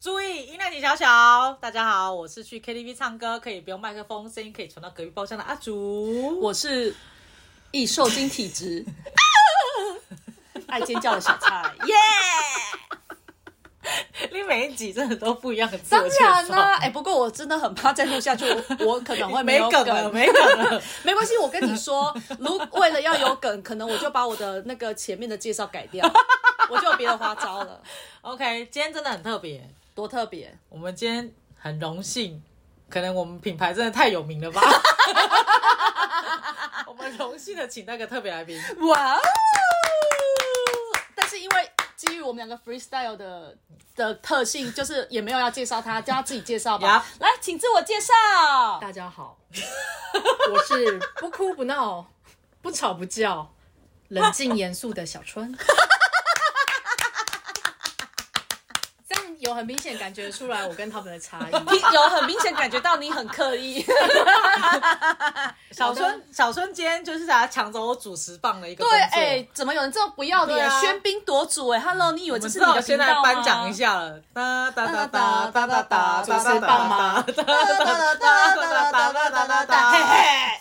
注意，音量请小小。大家好，我是去 KTV 唱歌可以不用麦克风，声音可以传到隔壁包厢的阿竹。我是易受精体 质，爱尖叫的小菜， 耶、你每一集真的都不一样的自当 我介然绍，啦、哎、不过我真的很怕再录下去，我我可能会没有梗了，没梗了。没关系，我跟你 说，如为了要有梗，可能我就把我的那个前面的介绍改掉，我就有别的花招了， OK，今天真的很特别，多特别！我们今天很荣幸，可能我们品牌真的太有名了吧。 我们荣幸的请到一个特别来宾，哇哦！但是因为基于我们两个 freestyle 的的特性，就是也没有要介绍他，叫他自己介绍吧。来，请自我介绍。大家好，我是不哭不闹、 不吵不叫、冷静严肃的 小春。这样有很明显感觉出来我跟他们的差异。有很明显感觉到你很刻意，小春，小春今天就是大家抢走我主持棒的一个工对，作。哎、怎么有人这么不要对脸、啊喧宾夺主、哎，Hello，你以为我这们是知道现你的频在道啊颁奖吗一。下了，哒哒哒哒哒哒哒，主持棒吗哒哒哒哒哒哒哒哒哒哒。嘿嘿，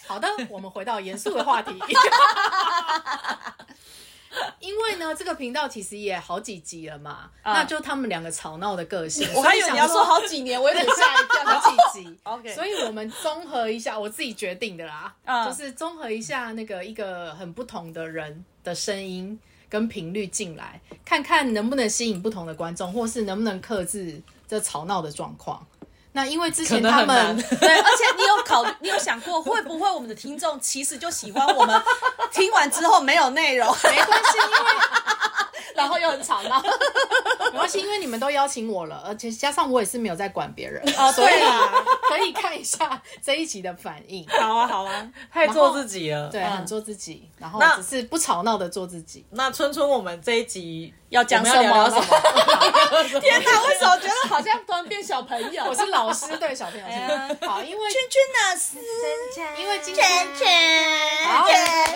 好的，我们回到严肃的话 题。因为呢，这个频道其实也好几集了嘛，那就他们两个吵闹的个性。啊我还以为你要所说以想好几年，我有 点吓一跳。好几集 OK 所以我们综合一下，我自己决定的 啦，嗯就是综合一下那个一个很不同的人的声音跟频率进来，看看能不能吸引不同的观众，或是能不能克制这吵闹的状况。那因为之前可能他很难们对，而且你有考虑，你有想过会不会我们的听众其实就喜欢我们听完之后没有内容，没关系，因为然后又很吵闹？ 没关系，因为你们都邀请我了，而且加上我也是没有在管别人，哦，所以对啊，可以看一下这一集的反应。好啊，好啊，太做自己了。对，嗯很做自己，然后那只是不吵闹的做自己。那春春，我们这一集要讲我们要聊聊什什么么？ 天哪，为什么觉得好像突然变小朋友？我是老师对小朋友哎呀说，好，因为君老师，因为今天圈圈。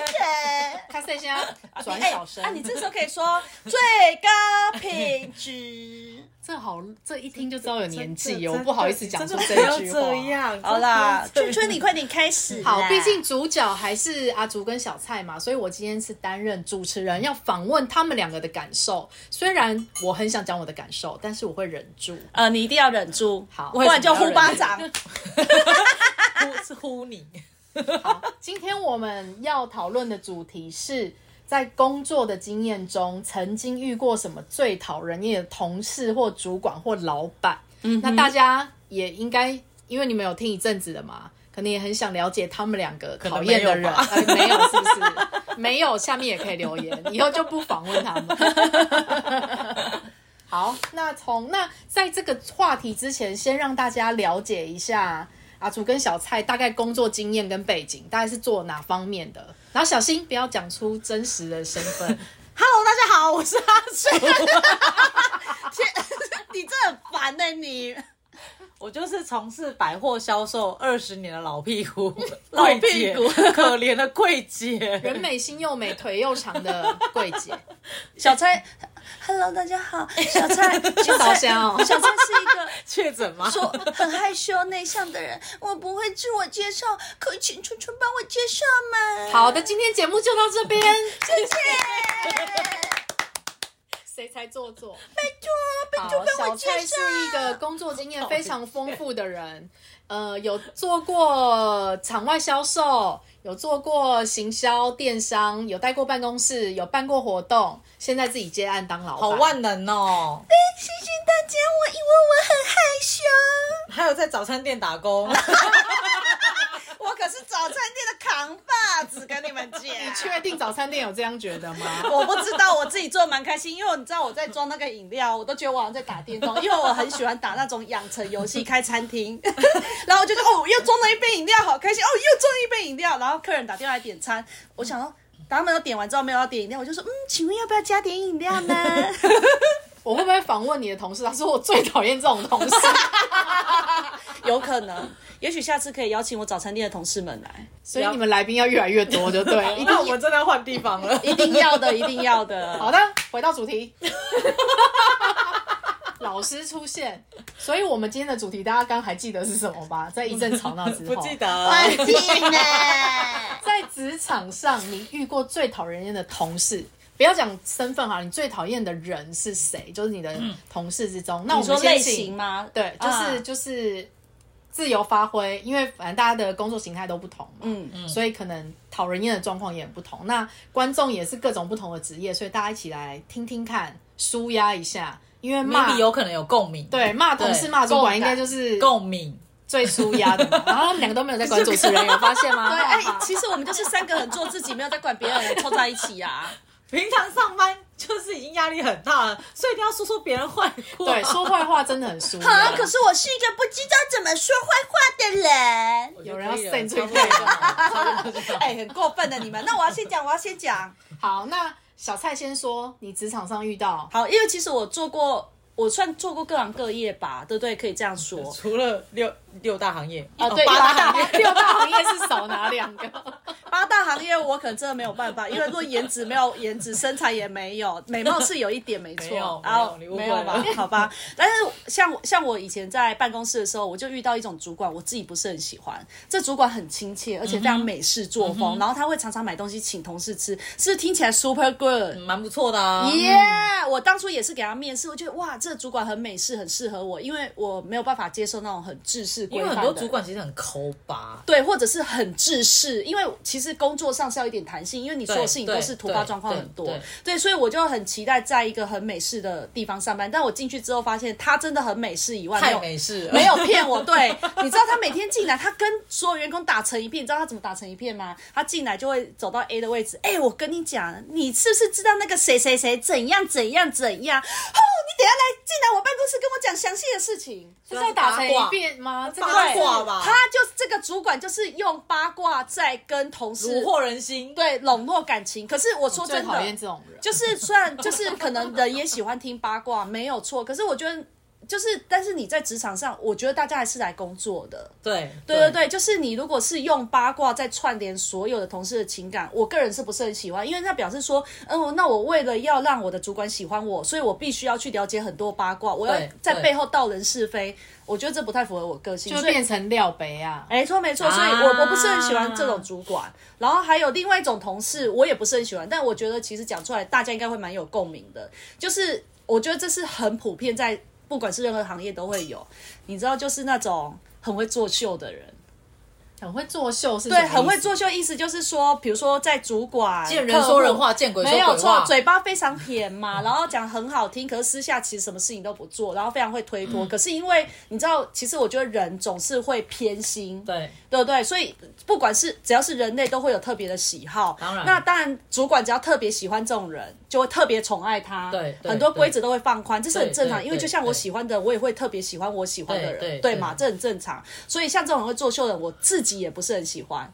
他现在转小声，哎啊，你这时候可以说最高品质。这好，这一听就知道有年 真纪的哦，我不好意思讲出真的这不要一句这话。样，好啦，真的圈不要这样圈，你快点开始啦。好，毕竟主角还是阿竹跟小蔡嘛，所以我今天是担任主持人，要访问他们两个的感受。虽然我很想讲我的感受，但是我会忍住。呃，你一定要忍住，好不然就呼巴掌。啊呼是呼你，好，今天我们要讨论的主题是在工作的经验中，曾经遇过什么最讨人厌的同事或主管或老板。嗯，那大家也应该，因为你们有听一阵子了嘛，可能也很想了解他们两个能讨厌的没有人。吧哎没有，是不是？没有，下面也可以留言，以后就不访问他们。好，那从那在这个话题之前，先让大家了解一下阿竹跟小蔡大概工作经验跟背景，大概是做哪方面的。然后小心不要讲出真实的身 份， Hello，大家好，我是阿 水。你这很烦呢、你欸我就是从事百货销售二十年的老屁 股，老柜屁姐股，可怜的柜 姐。人美心又美，腿又长的柜姐，小蔡，Hello，大家好，小蔡，去小烧蔡，香哦。小蔡是一个确诊吗？说很害羞内向的人，我不会自我介绍，可以请春春帮我介绍吗？好的，今天节目就到这边，谢谢。谁才做作？拜 托，好拜，托帮小我介蔡绍是。一个工作经验非常丰富的人，呃，有做过场外销售，有做过行销电商，有带过办公室，有办过活动，现在自己接案当老好板。万能哦！谢谢大家，我因为我很害羞，还有在早餐店打 工，我可是早餐店的扛把子，跟 你们讲。你确定早餐店有这样觉得吗？我不知道，我自己做得蛮开心，因为你知道我在装那个饮料，我都觉得我好像在打电动，因为我很喜欢打那种养成游戏，开餐厅， 然后我就说哦，又装了一杯饮料，好开心哦，又装了一杯饮料，然后客人打电话来点餐，我想说。他们都点完之后没有要点饮料，我就说嗯，请问要不要加点饮料 呢？ 我会不会访问你的同事？他说我最讨厌这种同事。 有可能，也许下次可以邀请我早餐店的同事们来，所以你们来宾要越来越多，就对 了，一定那我们真的要换地方了。 一定要的，一定要的。好的，回到主题。 老师出现，所以我们今天的主题大家刚还记得是什么吧？在一阵吵闹之不 后，哎记得。安静呢。在职场上你遇过最讨人厌的同事，不要讲身份哈，你最讨厌的人是谁？就是你的同事之中。那我嗯你们说先类请型吗？对，就是、啊就是自由发挥，因为反正大家的工作形态都不同嘛，嗯所以可能讨人厌的状况也很不同。那观众也是各种不同的职业，所以大家一起来听听看，舒压一下，因为 骂 maybe 有可能有共鸣，，对骂同事对骂主共感管应该就是共鸣，最舒压的嘛。然后他们两个都没有在管主持人，有发现 吗？对，哎、其实我们就是三个很做自己，没有在管别人，凑在一起 啊。平常上班就是已经压力很大了，所以一定要说说别人坏话。对，说坏话真的很舒压。啊，可是我是一个不知道怎么说坏话的人。 我觉得有人要可以了 send 差不多出去了差不多就这样哎、很过分的你们。那我要先讲，我要先讲。好，那小蔡先说，你职场上遇到好，因为其实我做过，我算做过各行各业吧，对不对？可以这样说。哦除了六六大行业，啊哦，对，八八大大行 业，六大行业是少哪两个？八大行业我可能真的没有办法，因为论颜值没有颜值，身材也没有，美貌是有一点没没有错，然后没有你误会没有吧？了好吧。但是像我像我以前在办公室的时候，我就遇到一种主管，我自己不是很喜欢。这主管很亲切，而且非常美式作风，嗯然后他会常常买东西请同事吃，是不是听起来 super good？ 蛮不错的啊。耶、我当初也是给他面试，我觉得哇，这主管很美式，很适合我，因为我没有办法接受那种很制式规因为范的。很多主管其实很抠吧，对，或者是很制式，因为其实工作上是要有一点弹性，因为你所有事情都是突发状况很多，对对对所以我就很期待在一个很美式的地方上班。但我进去之后发现，他真的很美式以外，没太有美式了， 没有骗我。对，你知道他每天进来，他跟所有员工打成一片，你知道他怎么打成一片吗？他进来就会走到 A 的位置，哎、我跟你讲，你是不是知道那个谁谁谁怎样怎样怎样？哦，你等一下来进来我办公室跟我讲详细的事情。是在打成一遍吗？这个八是卦吧他就是这个主管，就是用八卦在跟同蛊事惑人心。对笼络感情。可是我说最真讨厌这的，种人。就是虽然就是可能人也喜欢听八卦，没有错。可是我觉得就是，但是你在职场上，我觉得大家还是来工作的。对对对对，就是你如果是用八卦在串联所有的同事的情感，我个人是不是很喜欢？因为那表示说，嗯，那我为了要让我的主管喜欢我，所以我必须要去了解很多八卦，我要对在对背后道人是非。我觉得这不太符合我个性，就所以变成廖北啊，没错没错，所以啊我我不是很喜欢这种主管。然后还有另外一种同事，我也不是很喜欢，但我觉得其实讲出来大家应该会蛮有共鸣的，就是我觉得这是很普遍在不管是任何行业都会有，你知道就是那种很会作秀的人，很会作秀，是对，什么意思很会作秀，意思就是说，比如说在主管见人说人话客户见鬼说没有鬼话错，嘴巴非常 甜嘛，然后讲很好听，可是私下其实什么事情都不做，然后非常会推嗯脱。可是因为你知道，其实我觉得人总是会偏心，对对不对？所以不管是只要是人类，都会有特别的喜好。当然那当然，主管只要特别喜欢这种人，就会特别宠爱他。对对很多规则都会放宽，这是很对正常。对因为就像我喜欢的，我也会特别喜欢我喜欢的人，对对嘛，对这很正常。所以像这种很会作秀的人，我自己也不是很喜欢。嗯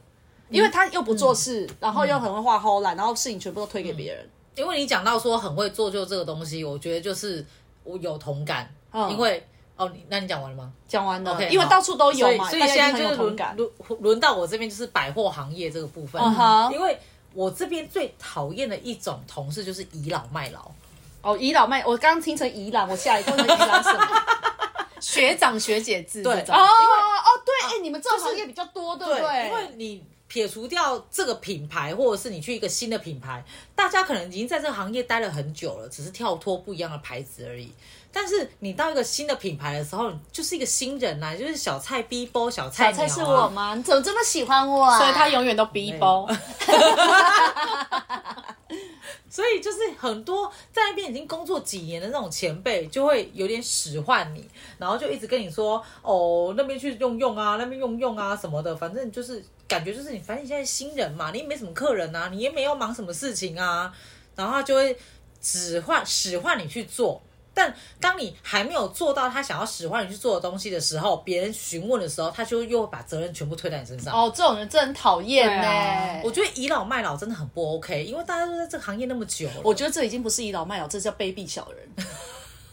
因为他又不做事，然后又很会画后懒，然后事情全部都推给别人。因为你讲到说很会做就这个东西，我觉得就是我有同感，嗯因为哦，你那你讲完了吗？讲完了 OK，因为好到处都哦有所以嘛，所以大家现在一定就是很有同轮感。轮轮到我这边，就是百货行业这个部分。嗯哼因为我这边最讨厌的一种同事就是倚老卖老，哦，倚老卖，我刚刚听成倚老，我吓一跳，那倚老什么？学长学姐制这对种哦。哦，对，哎、你们这种行业比较多，对不对？因为你撇除掉这个品牌，或者是你去一个新的品牌，大家可能已经在这个行业待了很久了，只是跳脱不一样的牌子而已。但是你到一个新的品牌的时候，你就是一个新人呐、就是小菜逼波，小菜、小鸟蔡啊是我吗？你怎么这么喜欢我啊？所以他永远都逼包，所以就是很多在那边已经工作几年的那种前辈，就会有点使唤你，然后就一直跟你说，哦，那边去用用啊，那边用用啊什么的，反正就是感觉就是你，反正你现在新人嘛，你也没什么客人啊，你也没有忙什么事情啊，然后他就会使唤使唤你去做。但当你还没有做到他想要使唤你去做的东西的时候，别人询问的时候，他就又会把责任全部推到你身上。哦，这种人真的很讨厌对啊呢。我觉得倚老卖老真的很不 OK，因为大家都在这个行业那么久了。我觉得这已经不是倚老卖老，这叫卑鄙小人，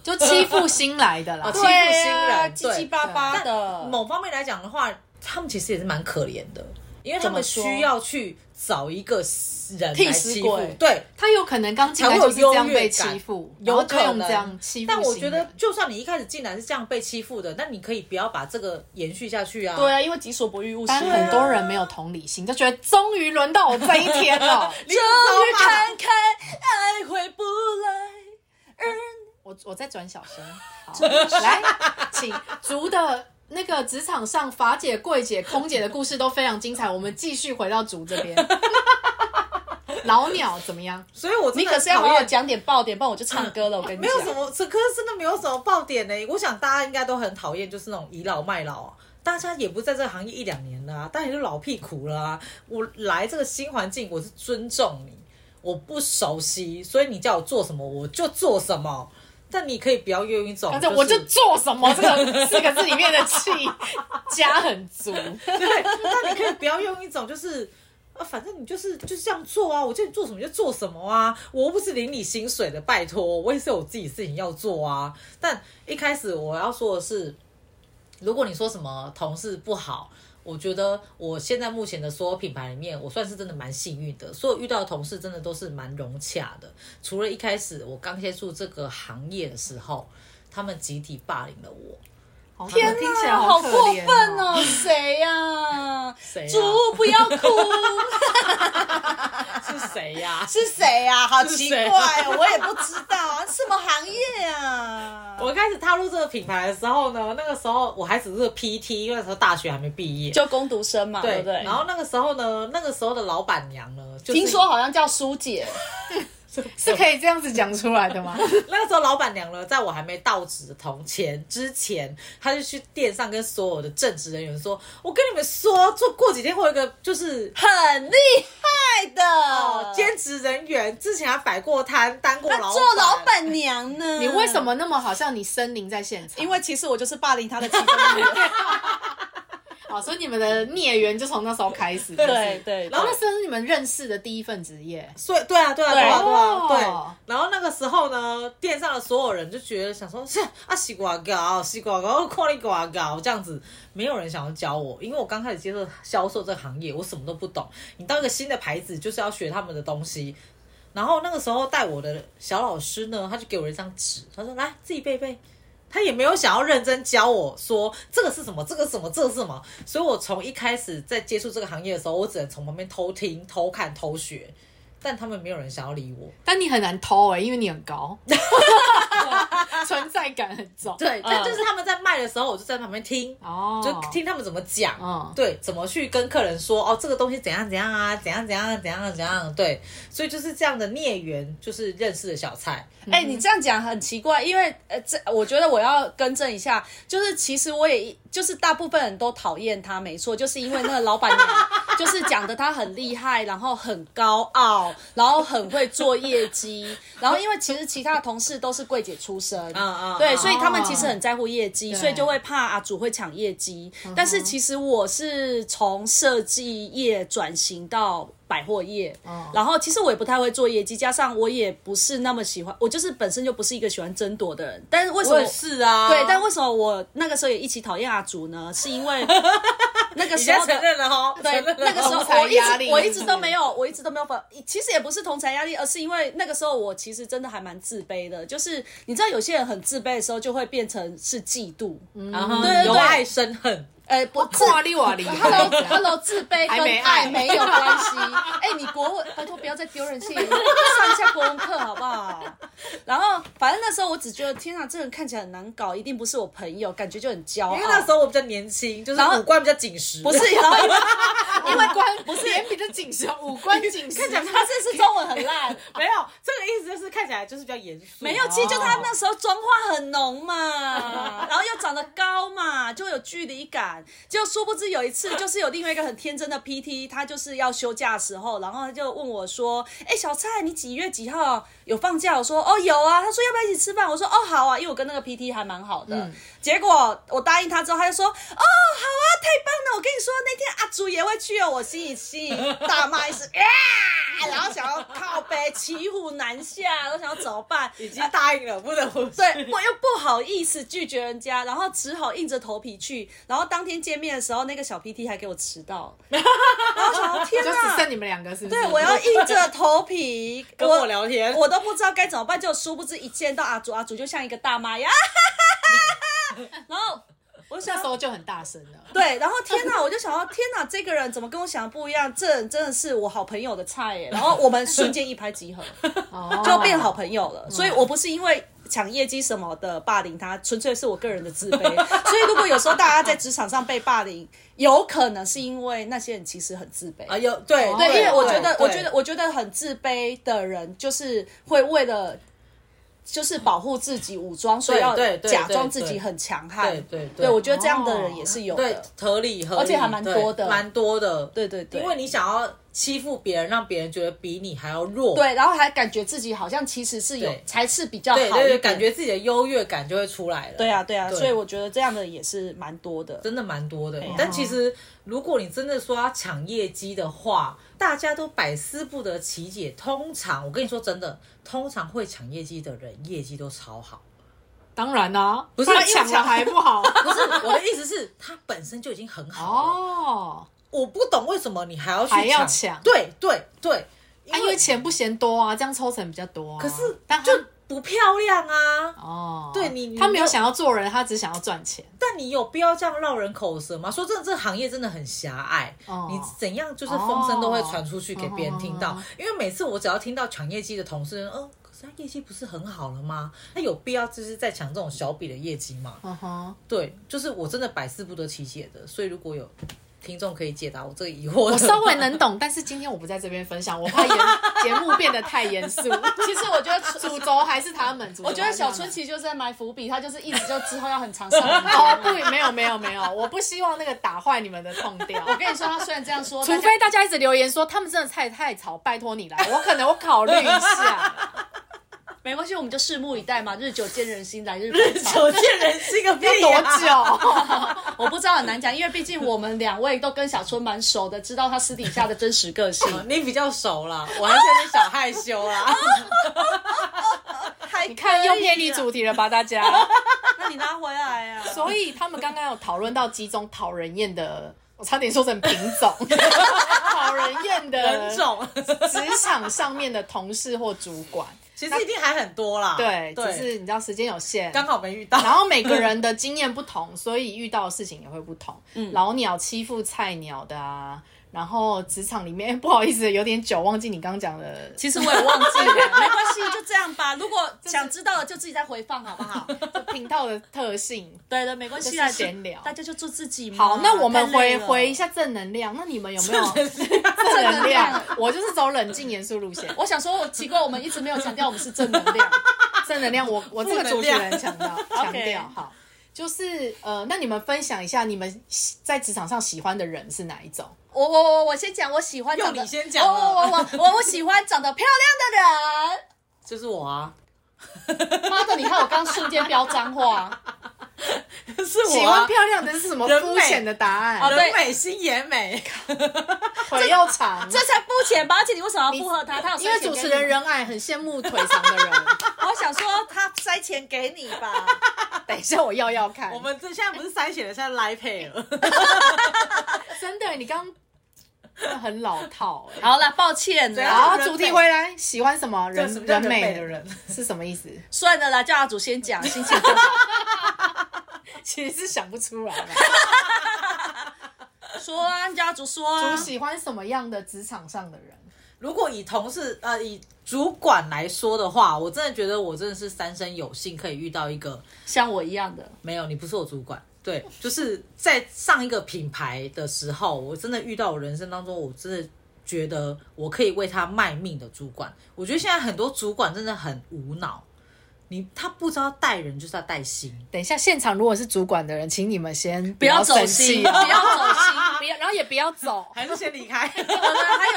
就欺负新来的啦哦。欺负新人 对啊对七七八八但的。某方面来讲的话，他们其实也是蛮可怜的，因为他们怎么说需要去找一个人替来死欺负鬼，对。他有可能刚进来就是这样被欺负，才会有优越感然后就有可用能这样欺负新但人。我觉得，就算你一开始进来是这样被欺负的，那你可以不要把这个延续下去啊。对啊，因为己所不欲，勿施但于很人。多人没有同理心，就觉得终于轮到我这一天 了。你终于知道吗看开，爱回不来。我我再转小声，好，来，请竹的那个职场上法姐、柜姐、空姐的故事都非常精彩，我们继续回到竹这边。老鸟怎么样？所以我真你的可是要讨好好厌讲点爆点，不然我就唱歌了。我跟你没有什讲，么，此刻真的没有什么爆点呢、我想大家应该都很讨厌，就是那种倚老卖老、啊。大家也不在这个行业一两年了、啊，大家也就老屁股了、啊。我来这个新环境，我是尊重你，我不熟悉，所以你叫我做什么我就做什么。但你可以不要用一种、刚哦就才是，我就做什么这个四个字里面的气加很足，对，但你可以不要用一种就是。啊，反正你就是就是这样做啊！我叫你做什么就做什么啊！我又不是领你薪水的，拜托，我也是有自己事情要做啊。但一开始我要说的是，如果你说什么同事不好，我觉得我现在目前的所有品牌里面，我算是真的蛮幸运的，所有遇到的同事真的都是蛮融洽的。除了一开始我刚接触这个行业的时候，他们集体霸凌了我。天听起来好可哦过怜分！哦！谁啊呀？谁呀猪不要哭，是谁呀、是谁呀？好是奇谁怪啊哦，我也不知道啊，什么行业啊？我开始踏入这个品牌的时候呢，那个时候我还只是 PT，因为那时候大学还没毕业。就攻读生嘛，对不对？然后那个时候呢，那个时候的老板娘呢，就是、听说好像叫苏姐，是可以这样子讲出来的吗？ 那个时候老板娘呢，在我还没到职的同前之前，她就去店上跟所有的正职人员说：“我跟你们说，做过几天会有一个就是很厉害的，哦，兼职人员之前还摆过摊，当过呃那老做老板娘呢？你为什？么那么好像你身临在现场？因为其实我就是霸凌他的其中一个。哦，所以你们的孽缘就从那时候开始。就是 对对，然后那是你们认识的第一份职业，所以对啊，对啊，对啊，对对啊，对哦。然后那个时候呢，店上的所有人就觉得想说，是啊，西瓜糕，西瓜糕，看你瓜糕这样子，没有人想要教我，因为我刚开始接触销售这个行业，我什么都不懂。你到一个新的牌子，就是要学他们的东西。然后那个时候带我的小老师呢，他就给我一张纸，他说来自己背一背。他也没有想要认真教我说这个是什么，这个是什么，这个是什么。所以我从一开始在接触这个行业的时候，我只能从旁边偷听、偷看、偷学。但他们没有人想要理我。但你很难偷哎、因为你很高，存在感很重。对，嗯但就是他们在卖的时候，我就在旁边听，哦，就听他们怎么讲，嗯对，怎么去跟客人说哦，这个东西怎样怎样啊，怎样怎样啊怎样啊怎样啊，对，所以就是这样的孽缘，就是认识的小菜。哎、你这样讲很奇怪，因为呃，这我觉得我要更正一下，就是其实我也就是大部分人都讨厌他，没错，就是因为那个老板娘 就是讲的他很厉害，然后很高傲，然后很会做业绩，然后因为其实其他的同事都是柜姐出身，嗯嗯对，嗯所以他们其实很在乎业绩，对所以就会怕阿主会抢业绩。但是其实我是从设计业转型到百货业，哦然后其实我也不太会做业绩，加上我也不是那么喜欢，我就是本身就不是一个喜欢争夺的人。但是为什么？是啊，对，但为什么我那个时候也一起讨厌阿竹呢？是因为那个你时现候在的承认了哦，对承认，了那个时吼候同才我一压力直我一直都没有，我一直都没有反，其实也不是同才压力，而是因为那个时候我其实真的还蛮自卑的，就是你知道有些人很自卑的时候就会变成是嫉妒，然后对对对由嗯爱生恨，呃，不自跨里瓦里， Hello Hello，自卑还没跟爱爱没有关系。哎、你国文，拜托不要再丢人现眼，上一下国文课好不好？ 然后反正那时候我只觉得，天啊，这个人看起来很难搞，一定不是我朋友，感觉就很骄傲。因为那时候我比较年轻，就是然后五官比较紧实， 不是，然后因为 因为关 不是脸皮的紧实，五官紧实，他是是中文很烂。没有这个意思，就是看起来就是比较严肃，没有，其实就他那时候妆化很浓 嘛，然后又长得高嘛，就有距离感。就殊不知有一次，就是有另外一个很天真的 PT，他就是要休假的时候，然后他就问我说：“哎、小蔡，你几月几号有放假？”我说：“哦，有啊。”他说：“要不要一起吃饭？”我说：“哦，好啊。”因为我跟那个 PT 还蛮好的。嗯结果我答应他之后，他就说：“哦，好啊， 太棒了！我跟你说，那天阿竹也会去哦。”我心里心里大骂一声：“啊！”然后想要靠北骑虎难下，然后想要怎么办？已经答应了，不能不对， 我又不好意思拒绝人家，然后只好硬着头皮去。然后当天见面的时候，那个小 PT 还给我迟 到，然后想说天就只哪！剩你们两个，是不是？对，我要硬着头皮跟我聊天。我都不知道该怎么办，就殊不知一见到阿祖，阿祖就像一个大 妈呀，然后我那想时候就很大声了。对，然后天哪，我就想到天哪，这个人怎么跟我想的不一样？这人真的是我好朋友的菜耶！然后我们瞬间一拍即合，哦就变好朋友了。嗯所以我不是因为。抢业绩什么的霸凌他，纯粹是我个人的自卑。 所以如果有时候大家在职场上被霸凌，有可能是因为那些人其实很自卑啊，有对对，因为我觉得，对我觉得，我觉得很自卑的人，就是会为了就是保护自己武装，所以要对对假装自己对很强悍。对对对对，我觉得这样的人也是有对的。合理合理，而且还蛮多的对蛮多的，对对对，因为你想要欺负别人，让别人觉得比你还要弱，对，然后还感觉自己好像其实是有对才是比较好对一对对，点，感觉自己的优越感就会出来了，对啊对啊，对所以我觉得这样的也是蛮多的。真的蛮多啊的。但其实，如果你真的说要抢业绩的话，大家都百思不得其解。通常，我跟你说真的，通常会抢业绩的人，业绩都超好。当然啦，不是然因为抢了还不好不是我的意思是，他本身就已经很好了。哦，我不懂为什么你还要去还要抢对对对，啊因为钱不嫌多啊，这样抽成比较多啊。可是但他就不漂亮啊。哦，对你他你没有就想要做人，他只想要赚钱。但你有必要这样绕人口舌吗？说真的，这行业真的很狭隘，哦你怎样就是风声都会传出去给别人听到。哦因为每次我只要听到抢业绩的同事，嗯、可是他业绩不是很好了吗？他有必要就是在抢这种小笔的业绩吗？嗯哼，对，就是我真的百思不得其解的。所以如果有听众可以解答我这个疑惑的话，我稍微能懂，但是今天我不在这边分享，我怕 严节目变得太严肃。其实我觉得 主轴还是他们，主轴我觉得还是他小们春其实就是在埋伏笔，他就是一直就之后要很长上瘾。哦不，没有没有没有，我不希望那个打坏你们的痛调。我跟你说，他虽然这样 说，除非大家一直留言说他们真的太太吵，拜托你来，我可能我考虑一 下。没关系，我们就拭目以待嘛，日久见人心，来日方 长。久见人心个屁要多啊！ 久？我不知道很难讲，因为毕竟我们两位都跟小春蛮熟的，知道他私底下的真实个性。你比较熟啦，我还是有点小害羞 啦。还你看又偏离主题了吧，大 家。 那你拉回来啊！所以他们刚刚有讨论到几种讨人厌的，我差点说成品 种，讨人厌的人种，职场上面的同事或主管。 其实一定还很多啦。对，对，只是你知道时间有限，刚好没遇到。然后每个人的经验不同， 所以遇到的事情也会不同。嗯老鸟欺负菜鸟的啊，然后职场里面、哎不好意思，有点久，忘记你刚讲的。其实我也忘记 了，没关系，就这样吧。如果想知道的，就自己再回放，好不好？频道的特性。对的，没关系啊，就是闲聊大家就做自己嘛。好，那我们太累回了回一。下正能量。那你们有没 有正正能能量量？我就是走冷静严肃路 线。我想说，奇怪，我们一直没有强调我们是正能量。正能量，我我这个主持人强调强 OK 调好，就是呃，那你们分享一下你们喜在职场上喜欢的人是哪一种？我我我我先讲，我喜欢长得又你先讲我了我我我我我喜欢长得漂亮的人。就是我啊，妈的，你看我刚瞬间飙脏 话，是喜我欢啊，漂亮的是什么人肤美浅的答哦案？对人美心也美，腿又长，这才肤浅吧？而且你为什么要附和他？他有塞因为钱主给持你人吗，人矮，很羡慕腿长的 人。我想说他塞钱给你吧。等一下我要要看，我们这现在不是筛选了，现在来配了。真的，你刚真的很老套 欸。好了，抱歉怎啦样，好，主题回来，喜欢什么人对什么叫人人美美的的人人是什么意思？算了啦，叫阿祖先讲，心情 其实是想不出来吧。说啊，你叫阿祖说 主啊。喜欢什么样的职场上的人？ 如果以同事呃以主管来说的话，我真的觉得我真的是三生有幸可以遇到一个像我一样的，没有你不是我主管。对，就是在上一个品牌的时候，我真的遇到我人生当中，我真的觉得我可以为他卖命的主管。我觉得现在很多主管真的很无脑，你他不知道带人就是要带心，等一下，现场如果是主管的人，请你们先不要走生心气不哦，要走心。不要，然 后也不要走，还是先离开。可能还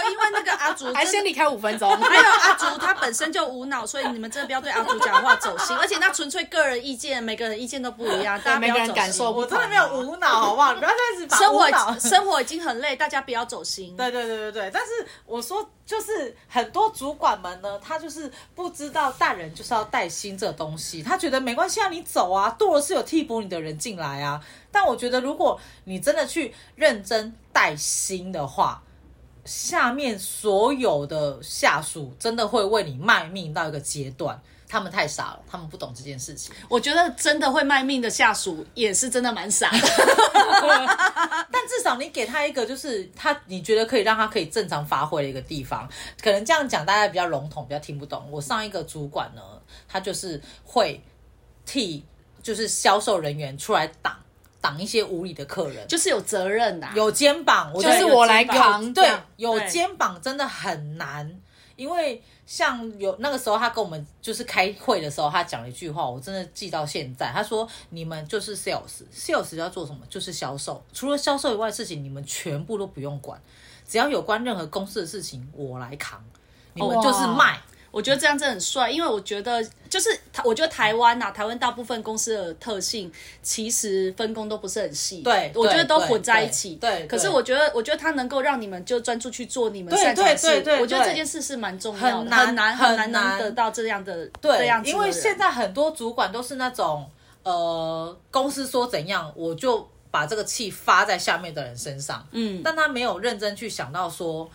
有因为那个阿竹真的，还先离开五分 钟。还有阿竹他本身就无脑，所以你们真的不要对阿竹讲话走心，而且那纯粹个人意见，每个人意见都不一样，大家不每要个走人心。感受我真的没有无脑，好不好？你不要开始把生无活脑。 生活已经很累，大家不要走 心。对对对对对，但是我说就是很多主管们呢，他就是不知道带人就是要带薪这东西，他觉得没关系啊，你走啊，多的是有替补你的人进来啊。但我觉得如果你真的去认真带薪的话，下面所有的下属真的会为你卖命到一个阶段，他们太傻了，他们不懂这件事情。我觉得真的会卖命的下属也是真的蛮傻 的。但至少你给他一个，就是他你觉得可以让他可以正常发挥的一个地方。可能这样讲大家比较笼统，比较听不懂。我上一个主管呢，他就是会替就是销售人员出来挡挡一些无理的客人，就是有责任啊呐、有肩膀，我觉就得是有我来有肩膀扛，这对样，有对肩膀真的很难，因为像有那个时候他跟我们就是开会的时候，他讲了一句话，我真的记到现在。他说：“你们就是 sales，sales 要做什么？就是销售，除了销售以外的事情，你们全部都不用管，只要有关任何公司的事情，我来扛，你们就是哇卖。”我觉得这样真的很帅，因为我觉得就是我觉得台湾呐、台湾大部分公司的特性其实分工都不是很细，对我觉得对都对混在一对起。对对可是我觉得，我觉得它能够让你们就专注去做你们对擅长的对事对对，我觉得对这件事是蛮重要的，很难难很很难能难得到这样的这对样，子的因人，为现在很多主管都是那种呃，公司说怎样，我就把这个气发在下面的人身上，嗯但他没有认真去想到说，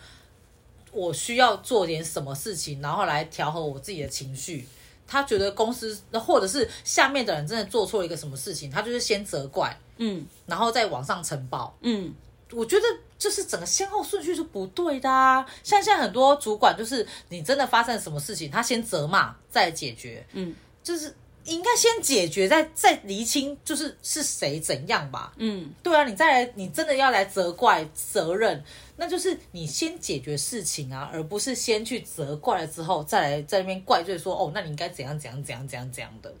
我需要做点什么事情，然后来调和我自己的情绪。他觉得公司或者是下面的人真的做错一个什么事情，他就是先责怪，嗯然后再往上呈报。嗯，我觉得就是整个先后顺序是不对的啊。像现在很多主管，就是你真的发生什么事情，他先责骂再解决，嗯，就是应该先解决，再再厘清，就是是谁怎样吧。嗯，对啊，你再来，你真的要来责怪责任，那就是你先解决事情啊，而不是先去责怪了之后再来在那边怪罪说哦，那你应该怎样怎样怎样怎样怎样的。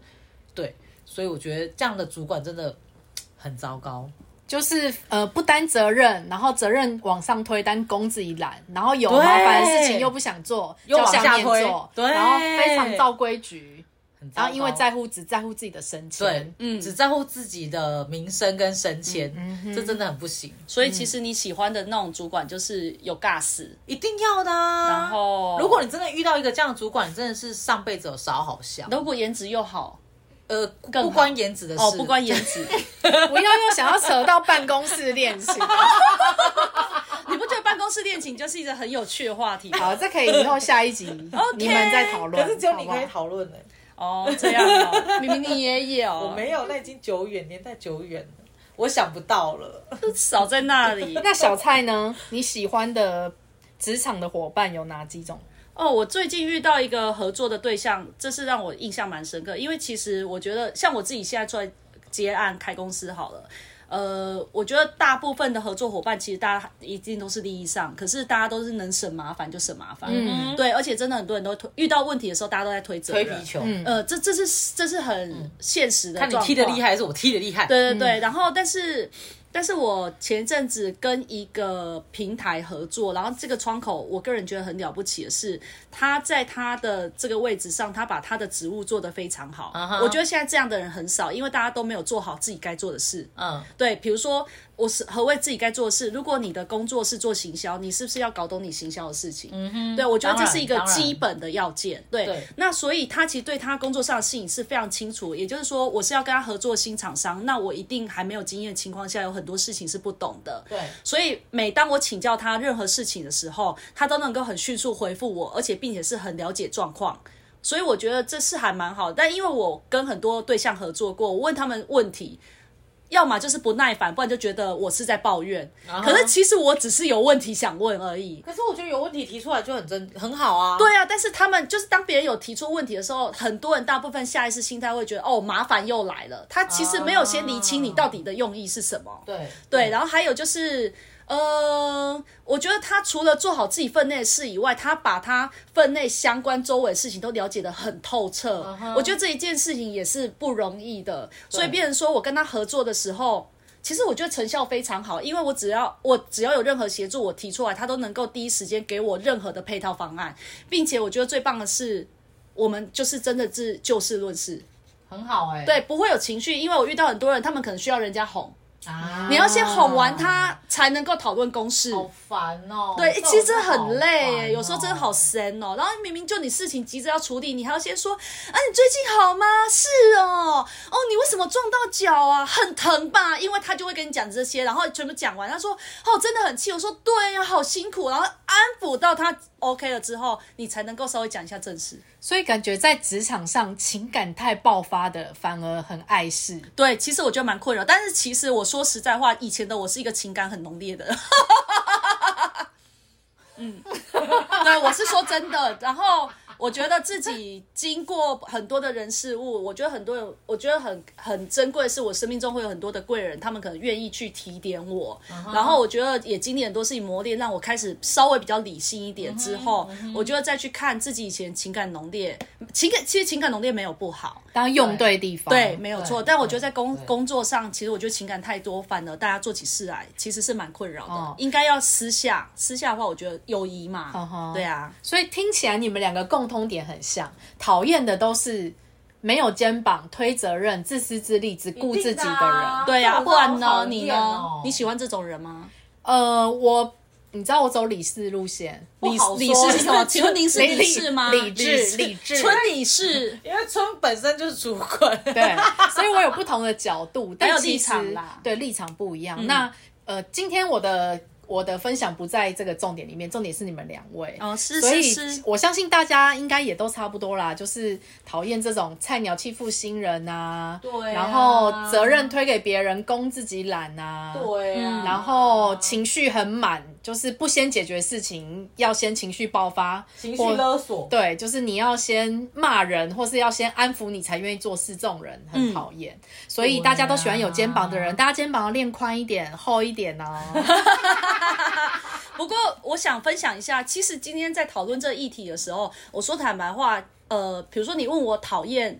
对，所以我觉得这样的主管真的很糟糕。就是呃不担责任，然后责任往上推，但公自己懒，然后有麻烦的事情又不想做，又叫往下面推做，对然后非常照规矩，很糟然糕后因为在乎只在乎自己的升对迁，，嗯只在乎自己的名声跟升迁，这真的很不行，所以其实你喜欢的那种主管就是有尬死，一定要的、啊。然后如果你真的遇到一个这样的主管，你真的是上辈子有烧好香。如果颜值又好呃，更好不关颜值的事，哦，不关颜 值，不要又想要扯到办公室恋情。你不觉得办公室恋情就是一个很有趣的话题吗？好，这可以以后下 一集你们再讨论，可是 只有你可以好不好讨论呢，哦，这样哦， 明明你也有，我没有，那已经久远，年代久远了，我想不到了。少在那里。那小蔡呢？你喜欢的职场的伙伴有哪几种？哦，我最近遇到一个合作的对象，这是让我印象蛮深刻，因为其实我觉得像我自己现在在接案开公司好了。呃，我觉得大部分的合作伙伴，其实大家一定都是利益上，可是大家都是能省麻烦就省麻烦，嗯对，而且真的很多人都推遇到问题的时候，大家都在推责推任，皮球，嗯呃，这这是这是很现实的看状你况，踢的厉害还是我踢的厉害？对对对，然后但是但是我前阵子跟一个平台合作，然后这个窗口，我个人觉得很了不起的是，他在他的这个位置上，他把他的职务做得非常好。哈我觉得现在这样的人很少，因为大家都没有做好自己该做的事。嗯，对，比如说我是何谓自己该做的事？如果你的工作是做行销，你是不是要搞懂你行销的事情？嗯哼，对我觉得这是一个当然基本的要件。对，对那所以他其实对他工作上的事情是非常清楚，也就是说，我是要跟他合作新厂商，那我一定还没有经验的情况下，有很多事情是不懂的。对，所以每当我请教他任何事情的时候，他都能够很迅速回复我，而且并且是很了解状况。所以我觉得这是还蛮好，但因为我跟很多对象合作过，我问他们问题，要么就是不耐烦，不然就觉得我是在抱怨。可是其实我只是有问题想问而已。可是我觉得有问题提出来就很真很好啊。对啊，但是他们就是当别人有提出问题的时候，很多人大部分下意识心态会觉得哦，麻烦又来了。他其实没有先理清你到底的用意是什么。对对，然后还有就是。呃，我觉得他除了做好自己分内的事以外，他把他分内相关周围的事情都了解得很透彻。我觉得这一件事情也是不容易的，所以变成说我跟他合作的时候。其实我觉得成效非常好，因为我只要我只要有任何协助我提出来，他都能够第一时间给我任何的配套方案，并且我觉得最棒的是，我们就是真的是就事论事，很好哎、对，不会有情绪，因为我遇到很多人，他们可能需要人家哄，啊，你要先哄完他，才能够讨论公式。好烦哦、对，这欸种其实真的好很累烦耶，哦有时候真的好神哦。然后明明就你事情急着要处理，你还要先说啊，你最近好吗？是哦，哦，你为什么撞到脚啊？很疼吧？因为他就会跟你讲这些，然后全部讲完，他说哦，真的很气。我说对呀、好辛苦。然后安抚到他 OK 了之后，你才能够稍微讲一下正事。所以感觉在职场上情感太爆发的反而很碍事。对，其实我觉得蛮困扰，但是其实我说实在话，以前的我是一个情感很浓烈的人。嗯，对，我是说真的。然后我觉得自己经过很多的人事物，我觉得很多人，我觉得很很珍贵，是我生命中会有很多的贵人，他们可能愿意去提点我。然后我觉得也经历很多事情磨练，让我开始稍微比较理性一点。之后，我觉得再去看自己以前情感浓烈，情感其实情感浓烈没有不好，当用对地方，对，没有错。对但我觉得在工对工作上，其实我觉得情感太多，反而大家做起事来其实是蛮困扰的。哦应该要私下，私下的话，我觉得友谊嘛，哦嗯哼对啊，所以听起来你们两个共通点很像，讨厌的都是没有肩膀、推责任、自私自利、只顾自己的一定人。的啊对啊。这不种然人好呢？你讨厌呢哦？你喜欢这种人吗？呃，我你知道我走理事路线，不李好李说氏是什么？请问您是理李氏吗？理智，理智，春李氏。因为春本身就是主 啊管， 对，所以我有不同的角度，还但有其立实场啦嗯对立场不一样。那呃，今天我的我的分享不在这个重点里面，重点是你们两位。哦，是所是以是，我相信大家应该也都差不多啦，就是讨厌这种菜鸟欺负新人啊，对啊然后责任推给别人，攻自己懒啊，对啊，嗯然后情绪很满，就是不先解决事情，要先情绪爆发，情绪或勒索，对，就是你要先骂人，或是要先安抚你才愿意做事，这种人很讨厌。所以大家都喜欢有肩膀的人，嗯对啊大家肩膀要练宽一点、厚 一点哦。不过我想分享一下，其实今天在讨论这议题的时候，我说坦白话，呃，比如说你问我讨厌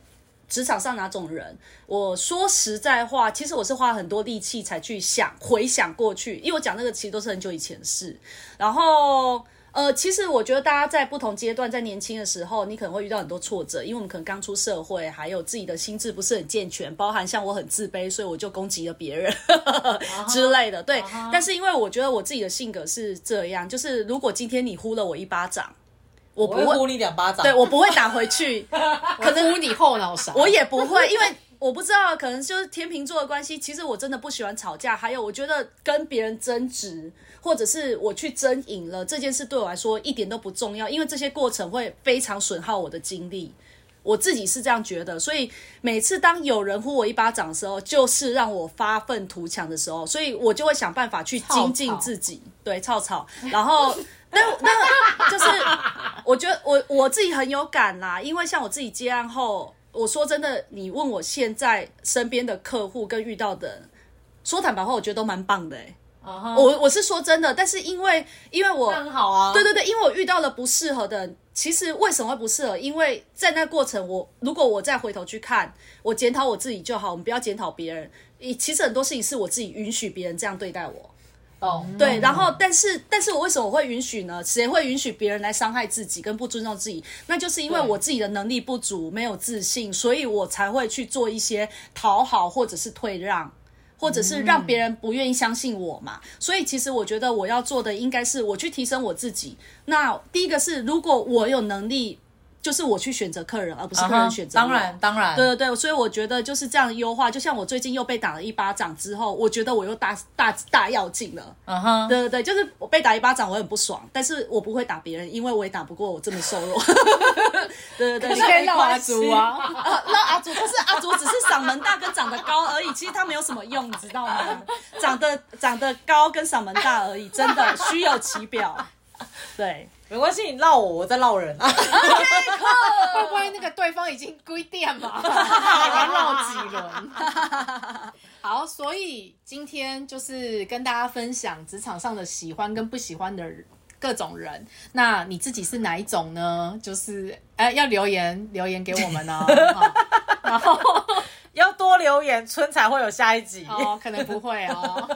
职场上哪种人，我说实在话，其实我是花很多力气才去想回想过去，因为我讲那个其实都是很久以前的事。然后，呃，其实我觉得大家在不同阶段，在年轻的时候，你可能会遇到很多挫折，因为我们可能刚出社会，还有自己的心智不是很健全，包含像我很自卑，所以我就攻击了别人啊 之类的。对，但是因为我觉得我自己的性格是这样，就是如果今天你呼了我一巴掌，我我不会呼会，你两巴掌，对我不会打 回去，可能你后脑勺，我也不会，因为我不知道，可能就是天秤座的关系。其实我真的不喜欢吵架，还有我觉得跟别人争执，或者是我去争赢了这件事，对我来说一点都不重要，因为这些过程会非常损耗我的精力。我自己是这样觉得，所以每次当有人呼我一巴掌的时候，就是让我发愤图强的时候，所以我就会想办法去精进自己，对，操操，然后。但那就是，我觉得我我自己很有感啦，因为像我自己接案后，我说真的，你问我现在身边的客户跟遇到的，说坦白话，我觉得都蛮棒的、欸。啊哈，我我是说真的，但是因为因为我那很好啊，对对对，因为我遇到了不适合的人，其实为什么会不适合？因为在那过程我，如果我再回头去看，我检讨我自己就好，我们不要检讨别人。也其实很多事情是我自己允许别人这样对待我，懂，对。然后，但是，但是我为什么我会允许呢？谁会允许别人来伤害自己跟不尊重自己？那就是因为对我自己的能力不足，没有自信，所以我才会去做一些讨好或者是退让。或者是让别人不愿意相信我嘛。所以其实我觉得我要做的应该是我去提升我自己。那第一个是，如果我有能力，就是我去选择客人，而不是啊客人哈选择我。当然当然，对对对，所以我觉得就是这样的优化。就像我最近又被打了一巴掌之后，我觉得我又大大大要劲了。嗯哼，对对对，就是我被打一巴掌，我很不爽，但是我不会打别人，因为我也打不过我这么瘦弱。对对对，你可以绕阿祖啊。啊，那阿祖不是阿祖，只是嗓门大跟长得高而已，其实他没有什么用，你知道吗？长得长得高跟嗓门大而已，真的虚有其表。对，没关系，你绕我，我再绕人啊。会不会那个对方已经归 店嘛？还绕几轮？好，所以今天就是跟大家分享职场上的喜欢跟不喜欢的人各种人。那你自己是哪一种呢？就是哎、要留言留言给我 们哦。哈要多留言，春才会有下一集。哦，可能不会哦。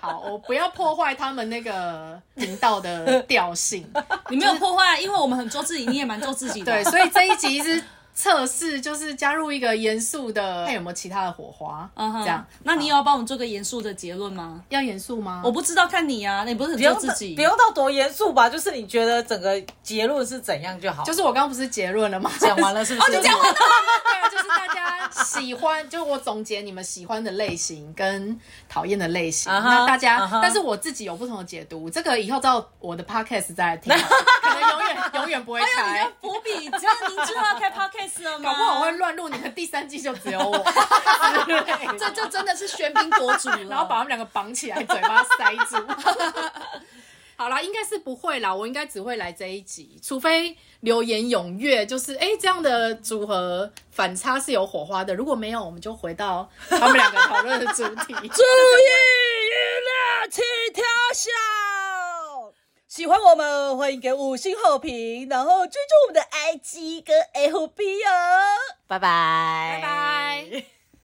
好，我不要破坏他们那个频道的调性。你没有破坏，啊因为我们很做自己，你也蛮做自己的。对，所以这一集是测试，就是加入一个严肃的，看有没有其他的火花。嗯哼这样，那你有要帮我们做个严肃的结论吗？要严肃吗？我不知道，看你啊，你不是很不做用自己不，用到多严肃吧，就是你觉得整个结论是怎样就好。哦就是是我刚刚不是结论了吗？ 讲完了是不是？讲完了，对啊，就是大家喜欢，就是我总结你们喜欢的类型跟讨厌的类型。啊哈那大家啊哈但是我自己有不同的解读，这个以后到我的 podcast 再来听， 可能永远永远不会哎开呦，你的。伏笔，这样您知道要开 podcast 了吗？搞不好我会乱入，你们第三季就只有我， 这就真的是喧宾夺主了。 然后把他们两个绑起来，嘴巴塞住。 好啦，应该是不会啦，我应该只会来这一集，除非留言踊跃，就是哎、诶这样的组合反差是有火花的，如果没有，我们就回到他们两个讨论的主 题。娱乐七条笑。喜欢我们，欢迎给五星好评，然后追踪我们的 IG 跟 FB 哦。拜拜，拜拜。